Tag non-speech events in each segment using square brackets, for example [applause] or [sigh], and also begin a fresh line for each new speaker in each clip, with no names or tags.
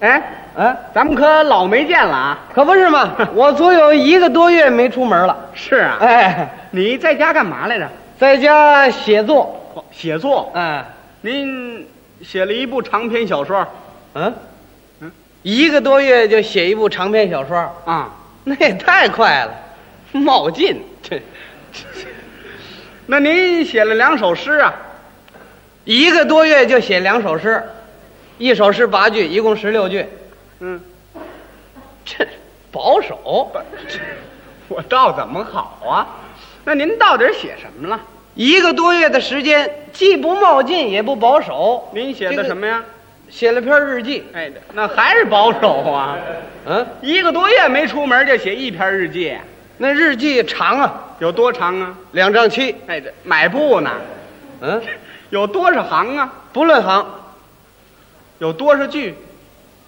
哎，
啊，
咱们可老没见了啊！
可不是嘛， [laughs] 我足有一个多月没出门了。
是啊，
哎，
你在家干嘛来着？
在家写作，
哦写作。
哎，
您写了一部长篇小说
嗯，一个多月就写一部长篇小说，
啊？
[laughs] 那也太快了，冒进。这
那您写了两首诗啊？
一个多月就写两首诗，一首诗八句，一共十六句，
嗯，
这保守。
呃 [laughs] 我倒怎么好啊？那您到底写什么了？
一个多月的时间，既不冒进也不保守，
您写的什么呀？
写了篇日记。
哎，那还是保守啊！
嗯，
一个多月没出门就写一篇日记，
那日记长啊，
有多长啊？
两丈七。
哎，这买布呢，
[laughs] 嗯，
有多少行啊？
不论行，
有多少句？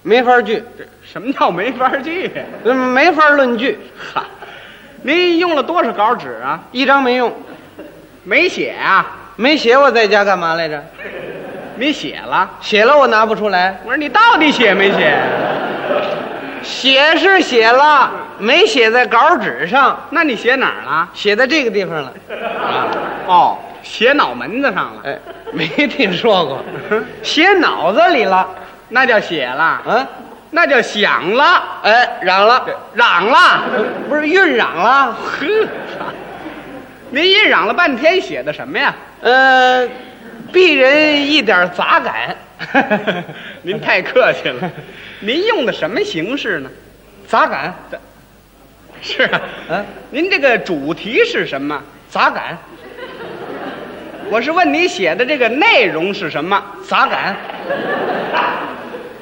没法聚，
这什么叫没法句？
嗯没法论据，
[laughs] 哈，您用了多少稿纸啊？
一张没用。
没写啊？
没写我在家干嘛来着？
你写了？
写了我拿不出来，
我说你到底写没写？
写是写了，没写在稿纸上，
那你写哪儿了？
写在这个地方了。
哦，写脑门子上了，
啊哎，没听说过，
哼
写脑子里了。
那叫写了，
啊，
那叫想了，
哎，嚷了，
嚷了。
不是晕嚷了。
呵，您一嚷了半天，写的什么呀？
呃，鄙人一点杂感，
[laughs] 您太客气
[laughs]
了。您用的什么形式呢？
杂感，
是啊，
嗯，
您这个主题是什么？
杂感，
我是问你写的这个内容是什么？
杂感，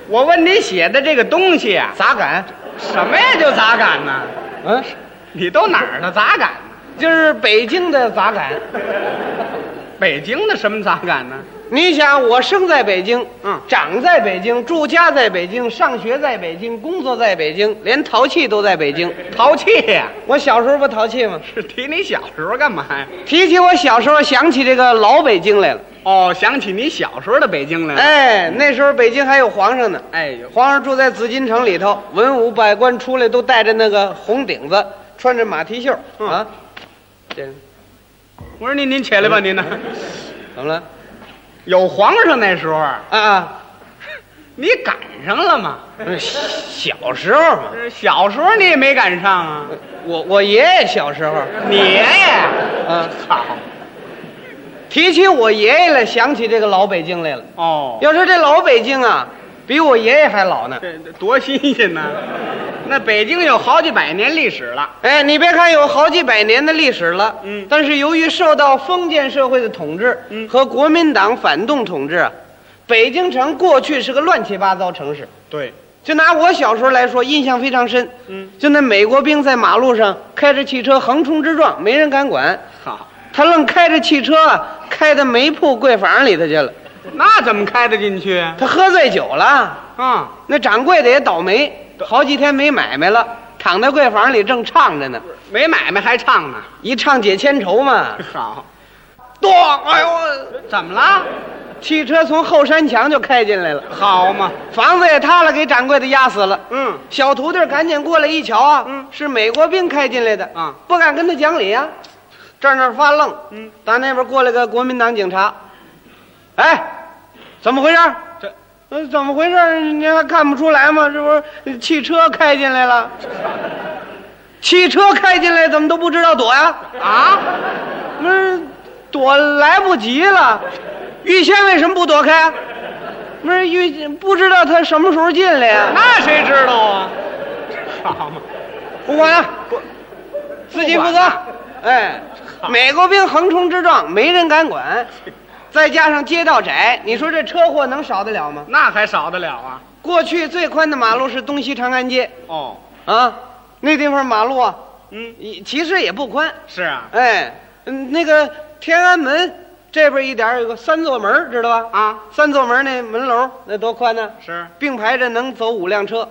我问你写的这个东西啊，
杂感，
什么呀？就杂感呢、
嗯，
你都哪儿的杂感呢？
就是北京的杂感。
北京的什么杂感呢？
你想，我生在北京，
嗯
长在北京，住家在北京，上学在北京，工作在北京，连淘气都在北京。
淘气呀、
我小时候不淘气吗？
是提你小时候干嘛呀？
提起我小时候，想起这个老北京来了。
哦，想起你小时候的北京来了。
哎，那时候北京还有皇上呢，
嗯哎呦，
皇上住在紫禁城里头，文武百官出来都戴着那个红顶子，穿着马蹄袖、
嗯
啊。这
我说您您起来吧，您呢？
怎么了？
有皇上那时候，
啊啊，
你赶上了吗？
嗯小时候嘛，
这小时候你也没赶上啊，
我我爷爷小时候，
你爷爷，
啊，
好
提起我爷爷来，想起这个老北京来了。
哦，
要说这老北京啊，比我爷爷还老呢。
这这多新鲜呢！那北京有好几百年历史了，
哎，你别看有好几百年的历史了，
嗯
但是由于受到封建社会的统治，
嗯
和国民党反动统治啊，北京城过去是个乱七八糟城市。
对，
就拿我小时候来说，印象非常深。
嗯，
就那美国兵在马路上开着汽车横冲直撞，没人敢管，
好，
他愣开着汽车啊开到煤铺柜房里头去了。
那怎么开得进去啊？
他喝醉酒了，
啊，
那掌柜的也倒霉，好几天没买卖了，躺在柜房里正唱着呢，
没买卖还唱呢，
一唱解千愁嘛，
好，
咚！哎呦，
怎么了？
汽车从后山墙就开进来了，
好嘛，
房子也塌了，给掌柜的压死了。
嗯，
小徒弟赶紧过来一瞧啊，
嗯
是美国兵开进来的
啊，
不敢跟他讲理啊，站那儿发愣。
嗯，
打那边过来个国民党警察，哎，怎么回事？
这
呃，怎么回事？您还看不出来吗？这不是汽车开进
[laughs]
来了？汽车开进来，怎么都不知道躲呀、
啊，
不是躲来不及了，预先为什么不躲开？不是预不知道他什么时候进来呀、
那谁知道啊？好嘛，
不管了，自己负
不管
责。哎，美国兵横冲直撞，没人敢管，再加上街道窄，你说这车祸能少得了吗？
那还少得了啊？
过去最宽的马路是东西长安街
哦，
啊，那地方马路啊，
嗯，
也其实也不宽。
是啊，
哎，嗯，那个天安门这边一点儿有个三座门，知道吧？
啊，
三座门那门楼那多宽呢、
是
并排着能走五辆车，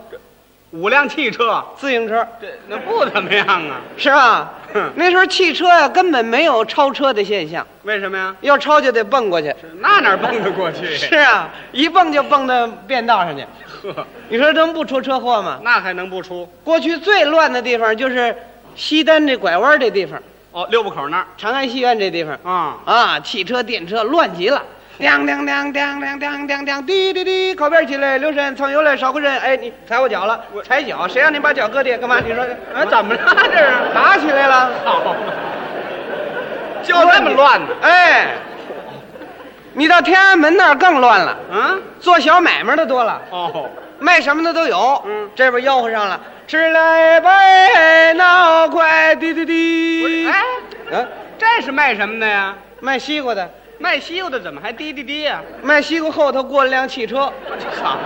五辆汽车，
自行车
这那不怎么样啊？
是吧
哼？
那时候汽车呀、根本没有超车的现象，
为什么呀？
要超就得蹦过去。
那哪蹦得过去？
是啊，一蹦就蹦到便道上去。
[laughs] 呵，
你说能不出车祸吗？
那还能不出？
过去最乱的地方就是西单这拐弯这地方，
哦，六部口那儿
长安戏院这地方
[laughs] 啊，
啊，汽车、电车乱极了。亮亮亮亮亮亮亮亮，滴滴滴，靠边起来，留神蹭油来，少个人。哎，你踩我脚了，踩脚，谁让你把脚搁地？干嘛？你说啊，怎么了？这是
[laughs]
打起来了。
好，就这么乱呢？
哎，你到天安门那儿更乱了，
啊？
做小买卖的多了，
哦，
卖什么的都有。
嗯
这边吆喝上了，吃来呗，闹快，滴滴
不是
滴。
哎，
啊，
这是卖什么的呀？
卖西瓜的，
卖西瓜的怎么还滴滴滴呀、
卖西瓜后头过了辆汽车，
好，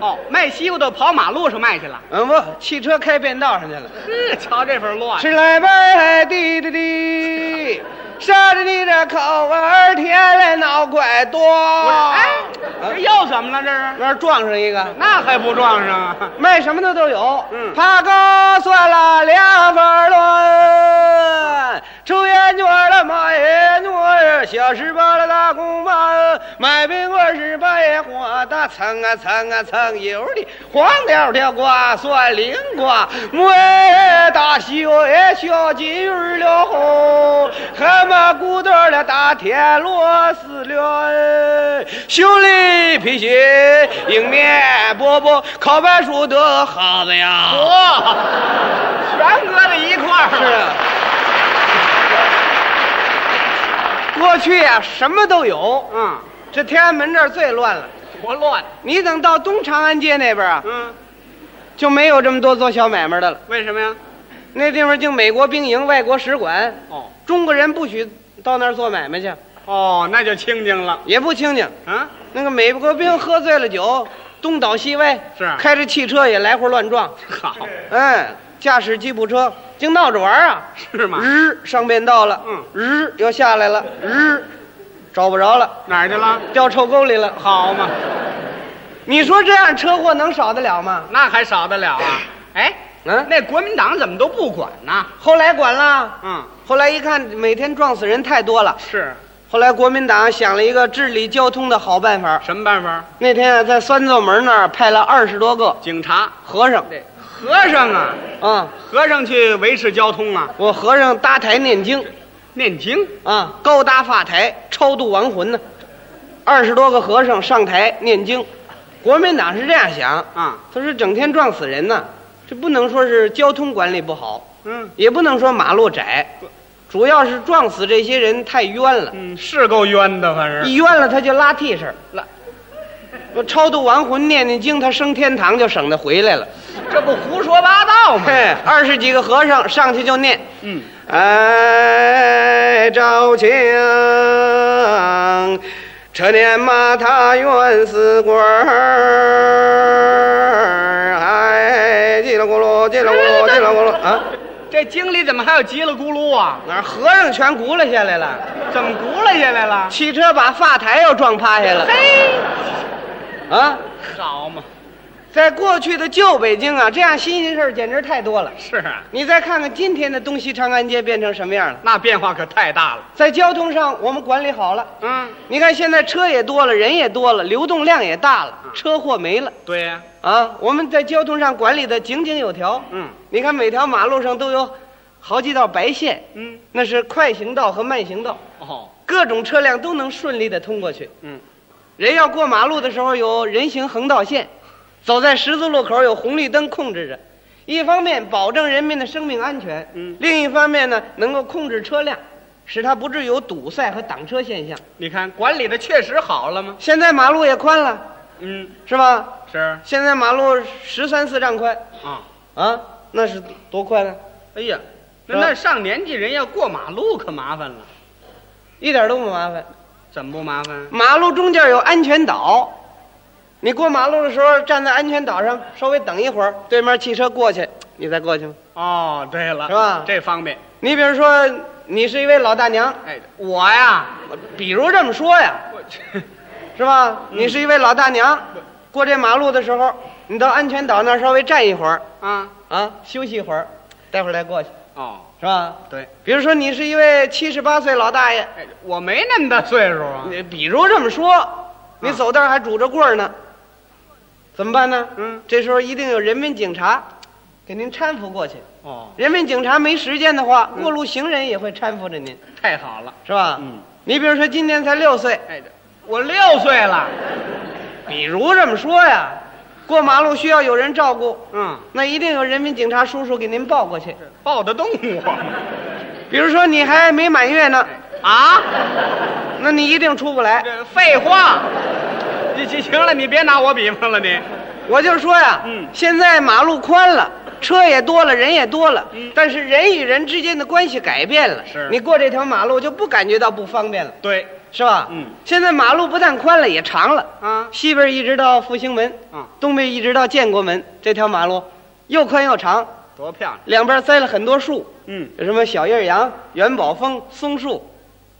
哦，卖西瓜的跑马路上卖去了。
嗯不，汽车开便道上去了。
呵，瞧这份乱。
吃来呗，哎滴滴滴，沙着你的口儿甜来脑快
不
多。
是哎，
啊
这又怎么了？这是？
那儿撞上一个，
那还不撞上啊？
卖什么的都有。
嗯
爬高算了两分论，抽烟卷儿了买烟卷儿，小十八了大公八儿，买冰棍儿是白也花大蹭啊蹭啊蹭油的，黄条条瓜算灵瓜，我大西瓜小金鱼儿了红，还把骨头儿了大田螺丝了，修理皮鞋迎面饽饽，烤白薯的好子呀。
哇，全搁在一块儿
是啊，
啊
过去呀、什么都有，
嗯，
这天安门这儿最乱了。
多乱。
你等到东长安街那边啊，
嗯，
就没有这么多做小买卖的了。
为什么呀？
那地方经美国兵营、外国使馆，
哦
中国人不许到那儿做买卖去，
哦，那就清静了。
也不清静。
啊，
那个美国兵喝醉了酒，东倒西歪，
是啊
开着汽车也来回乱撞。
好，
嗯，驾驶吉普车，净闹着玩儿啊。
是吗？
日上便道了，
嗯
日又下来了，日找不着了，
哪儿去了？
掉臭沟里了。
好嘛，
你说这样车祸能少得了吗？
那还少得了 [laughs] 啊？哎，
嗯，
那国民党怎么都不管呢？
后来管了，
嗯，
后来一看每天撞死人太多了，
是
后来国民党想了一个治理交通的好办法。
什么办法？
那天啊，在酸枣门那儿派了二十多个
警察，
和尚，
对，和尚啊，
啊，
和尚去维持交通啊，
我和尚搭台念经，
念经，
啊，高搭法台，超度亡魂呢。二十多个和尚上台念经，国民党是这样想，
啊，
他说整天撞死人呢，这不能说是交通管理不好，
嗯
也不能说马路窄，主要是撞死这些人太冤了，
嗯，是够冤的，反正
一冤了他就拉替身儿，
拉
我超度亡魂念念经，他升天堂就省得回来了。
这不胡说八道吗？
嘿，二十几个和尚上去就念，
嗯，
哎，赵强，车年马他冤死官儿，哎，叽里咕噜，叽里咕噜，叽里咕噜啊！
这经里怎么还有叽里咕噜啊？
哪儿和尚全轱辘下来了，
怎么轱辘下来了？
汽车把发台又撞趴下了
嘿，
啊！
好嘛，
在过去的旧北京啊，这样新鲜事儿简直太多了。
是啊，
你再看看今天的东西长安街变成什么样了？
那变化可太大了。
在交通上，我们管理好了。
嗯，
你看现在车也多了，人也多了，流动量也大
嗯
了，车祸没了
对呀、
啊！我们在交通上管理的井井有条。
嗯
你看每条马路上都有好几道白线，
嗯，
那是快行道和慢行道，
哦，
各种车辆都能顺利的通过去。
嗯，
人要过马路的时候有人行横道线，走在十字路口有红绿灯控制着，一方面保证人民的生命安全，
嗯
另一方面呢能够控制车辆，使它不至有堵塞和挡车现象。
你看管理的确实好了吗？
现在马路也宽了，
嗯，
是吧？
是啊、
现在马路十三四丈宽啊，那是多宽啊呢？
哎呀，那
是吧
那上年纪人要过马路可麻烦了，
一点都不麻烦。
怎么不麻烦？
马路中间有安全岛，你过马路的时候站在安全岛上，稍微等一会儿，对面汽车过去，你再过去。
哦，对了，
是吧
这方便。
你比如说，你是一位老大娘，
哎，我呀，
比如这么说呀，
我去，
是吧？你是一位老大娘，过这马路的时候，你到安全岛那儿稍微站一会儿
啊，
啊，休息一会儿，待会儿再过去，
[laughs] 哦，
是吧？
对，
比如说你是一位七十八岁老大爷，
哎，我没那么大岁数啊。啊
你比如这么说，你走道还拄着棍儿呢，怎么办呢？
嗯，
这时候一定有人民警察给您搀扶过去。
哦，
人民警察没时间的话，过路行人也会搀扶着您，
太好了。
是吧？
嗯，
你比如说今年才六岁，
哎，这我六岁了。
比如这么说呀，过马路需要有人照顾，
嗯，
那一定有人民警察叔叔给您抱过去。
抱得动我
比如说你还没满月呢，
啊？
那你一定出不来。
这哎废话。你行行了，你别拿我比方了，你
我就说呀，
嗯
现在马路宽了，车也多了，人也多了，
嗯
但是人与人之间的关系改变了，
是
你过这条马路就不感觉到不方便了，
对
是吧？
嗯，
现在马路不但宽了，也长了，
啊
西边一直到复兴门，
啊，
东边一直到建国门，这条马路又宽又长，
多漂亮。
两边栽了很多树，
嗯，
有什么小叶杨、元宝枫、松树，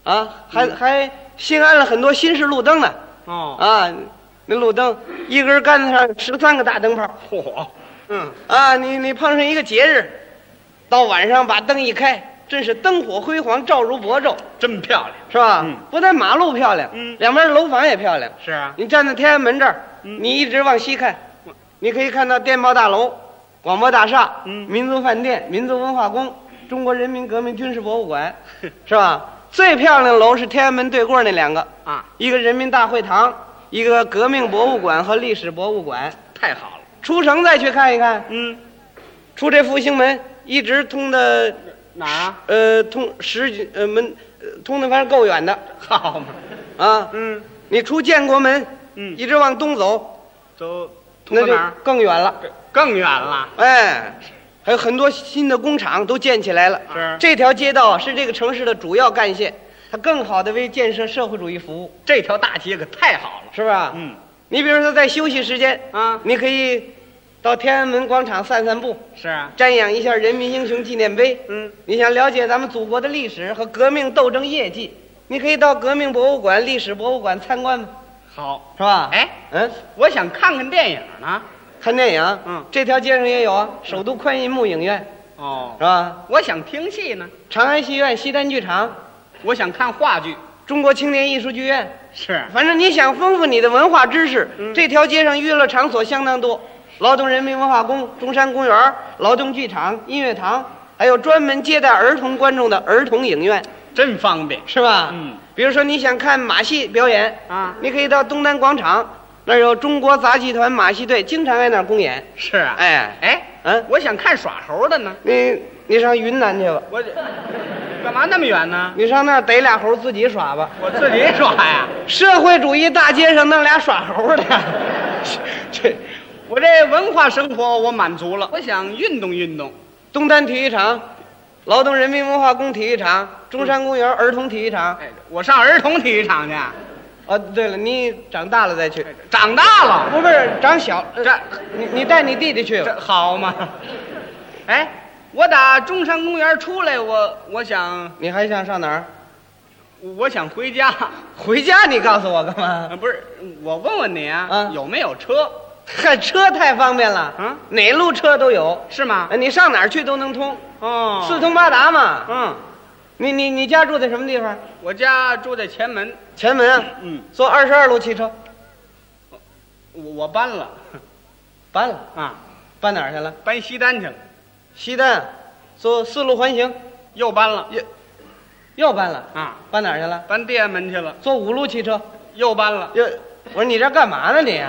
啊，还、
嗯
还新安了很多新式路灯呢，
哦，
啊，那路灯一根杆子上十三个大灯泡。
嚯，嗯，
啊，你你碰上一个节日，到晚上把灯一开，真是灯火辉煌，照如薄昼，
真漂亮。
是吧？
嗯
不但马路漂亮，
嗯
两边楼房也漂亮。
是啊，
你站在天安门这儿，
嗯
你一直往西看，你可以看到电报大楼、广播大厦、
嗯
民族饭店、民族文化宫、中国人民革命军事博物
[laughs]
馆，是吧？最漂亮的楼是天安门对过那两个，
啊，
一个人民大会堂，一个革命博物馆和历史博物馆。
太好了。
出城再去看一看，
嗯，
出这复兴门一直通的，
哪儿啊？
呃，通十几呃门，呃通的反正够远的
好嘛。
啊。
嗯
你出建国门，
嗯，
一直往东走，
都通
那
到
就
哪儿？
更远了。
更远了。
哎，还有很多新的工厂都建起来了。
是
这条街道啊是这个城市的主要干线，它更好的为建设社会主义服务，
这条大街可太好了。
是吧？
嗯
你比如说在休息时间，
啊，
你可以到天安门广场散散步，
是啊。
瞻仰一下人民英雄纪念碑。
嗯，
你想了解咱们祖国的历史和革命斗争业绩，你可以到革命博物馆、历史博物馆参观嘛，
好。
是吧？，
哎，
嗯，
我想看看电影呢。
看电影，
嗯
这条街上也有啊，首都宽银幕影院
哦
是，吧？
我想听戏呢，
长安戏院、西单剧场、
我想看话剧。
中国青年艺术剧院，
是
反正你想丰富你的文化知识，
嗯
这条街上娱乐场所相当多，劳动人民文化宫、中山公园、劳动剧场、音乐堂，还有专门接待儿童观众的儿童影院，
真方便
是吧？
嗯，
比如说你想看马戏表演，
啊！
你可以到东单广场，那儿有中国杂技团马戏队，经常在那儿公演。
是啊，
哎，
哎，
嗯，
我想看耍猴的呢。
你你上云南去吧，
我 [laughs] 这干嘛那么远呢？
你上那儿逮俩猴自己耍吧。
我自己耍呀。
社会主义大街上弄俩耍猴的，
[laughs] [laughs] 这我这文化生活我满足了，我想运动运动。
东单体育场、劳动人民文化宫体育场、中山公园儿童体育场。
哎，我上儿童体育场去。
哦，对了，你长大了再去，
哎长大了，
不是长小，呃
这
你你带你弟弟去吧。
[laughs] 这好吗？哎，我打中山公园出来，我我想
你还想上哪儿？
我想回家。
回家？你告诉我干嘛？
啊，不是，我问问你啊
啊，
有没有车？
[laughs] 嗨，车太方便了
啊
哪路车都有。
是吗
啊，？你上哪儿去都能通，
哦
四通八达嘛。
嗯，
你你你家住在什么地方？
我家住在前门。
前门啊，
嗯，
坐二十二路汽车，
我我搬了
搬了，
啊，
搬哪儿去了？
搬西单去了，
西单啊，坐四路环形，
又搬了
又搬了，
啊，
搬哪儿去了？
搬地安门去了，
坐五路汽车，
又搬了。
又，我说你这干嘛呢你？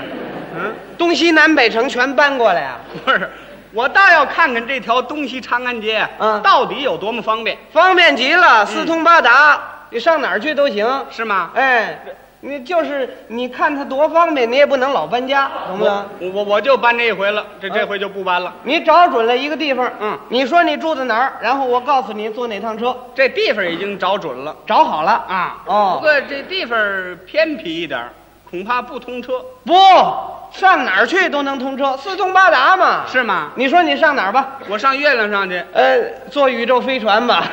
嗯，
东西南北城全搬过来啊，
不是，我倒要看看这条东西长安街
嗯
到底有多么方便，
方便极了，四通八达，你上哪儿去都行。
是吗？
哎，你就是你看它多方便，你也不能老搬家，懂不懂？
我我我就搬这一回了，这这
啊
回就不搬了。
你找准了一个地方，
嗯
你说你住在哪儿，然后我告诉你坐哪趟车，
这地方已经找准了
找好了啊。
啊，不
哦，
过这地方偏僻一点儿，恐怕不通车，
不，上哪儿去都能通车，四通八达嘛。
是吗？
你说你上哪儿吧？
我上月亮上去。
呃，坐宇宙飞船吧。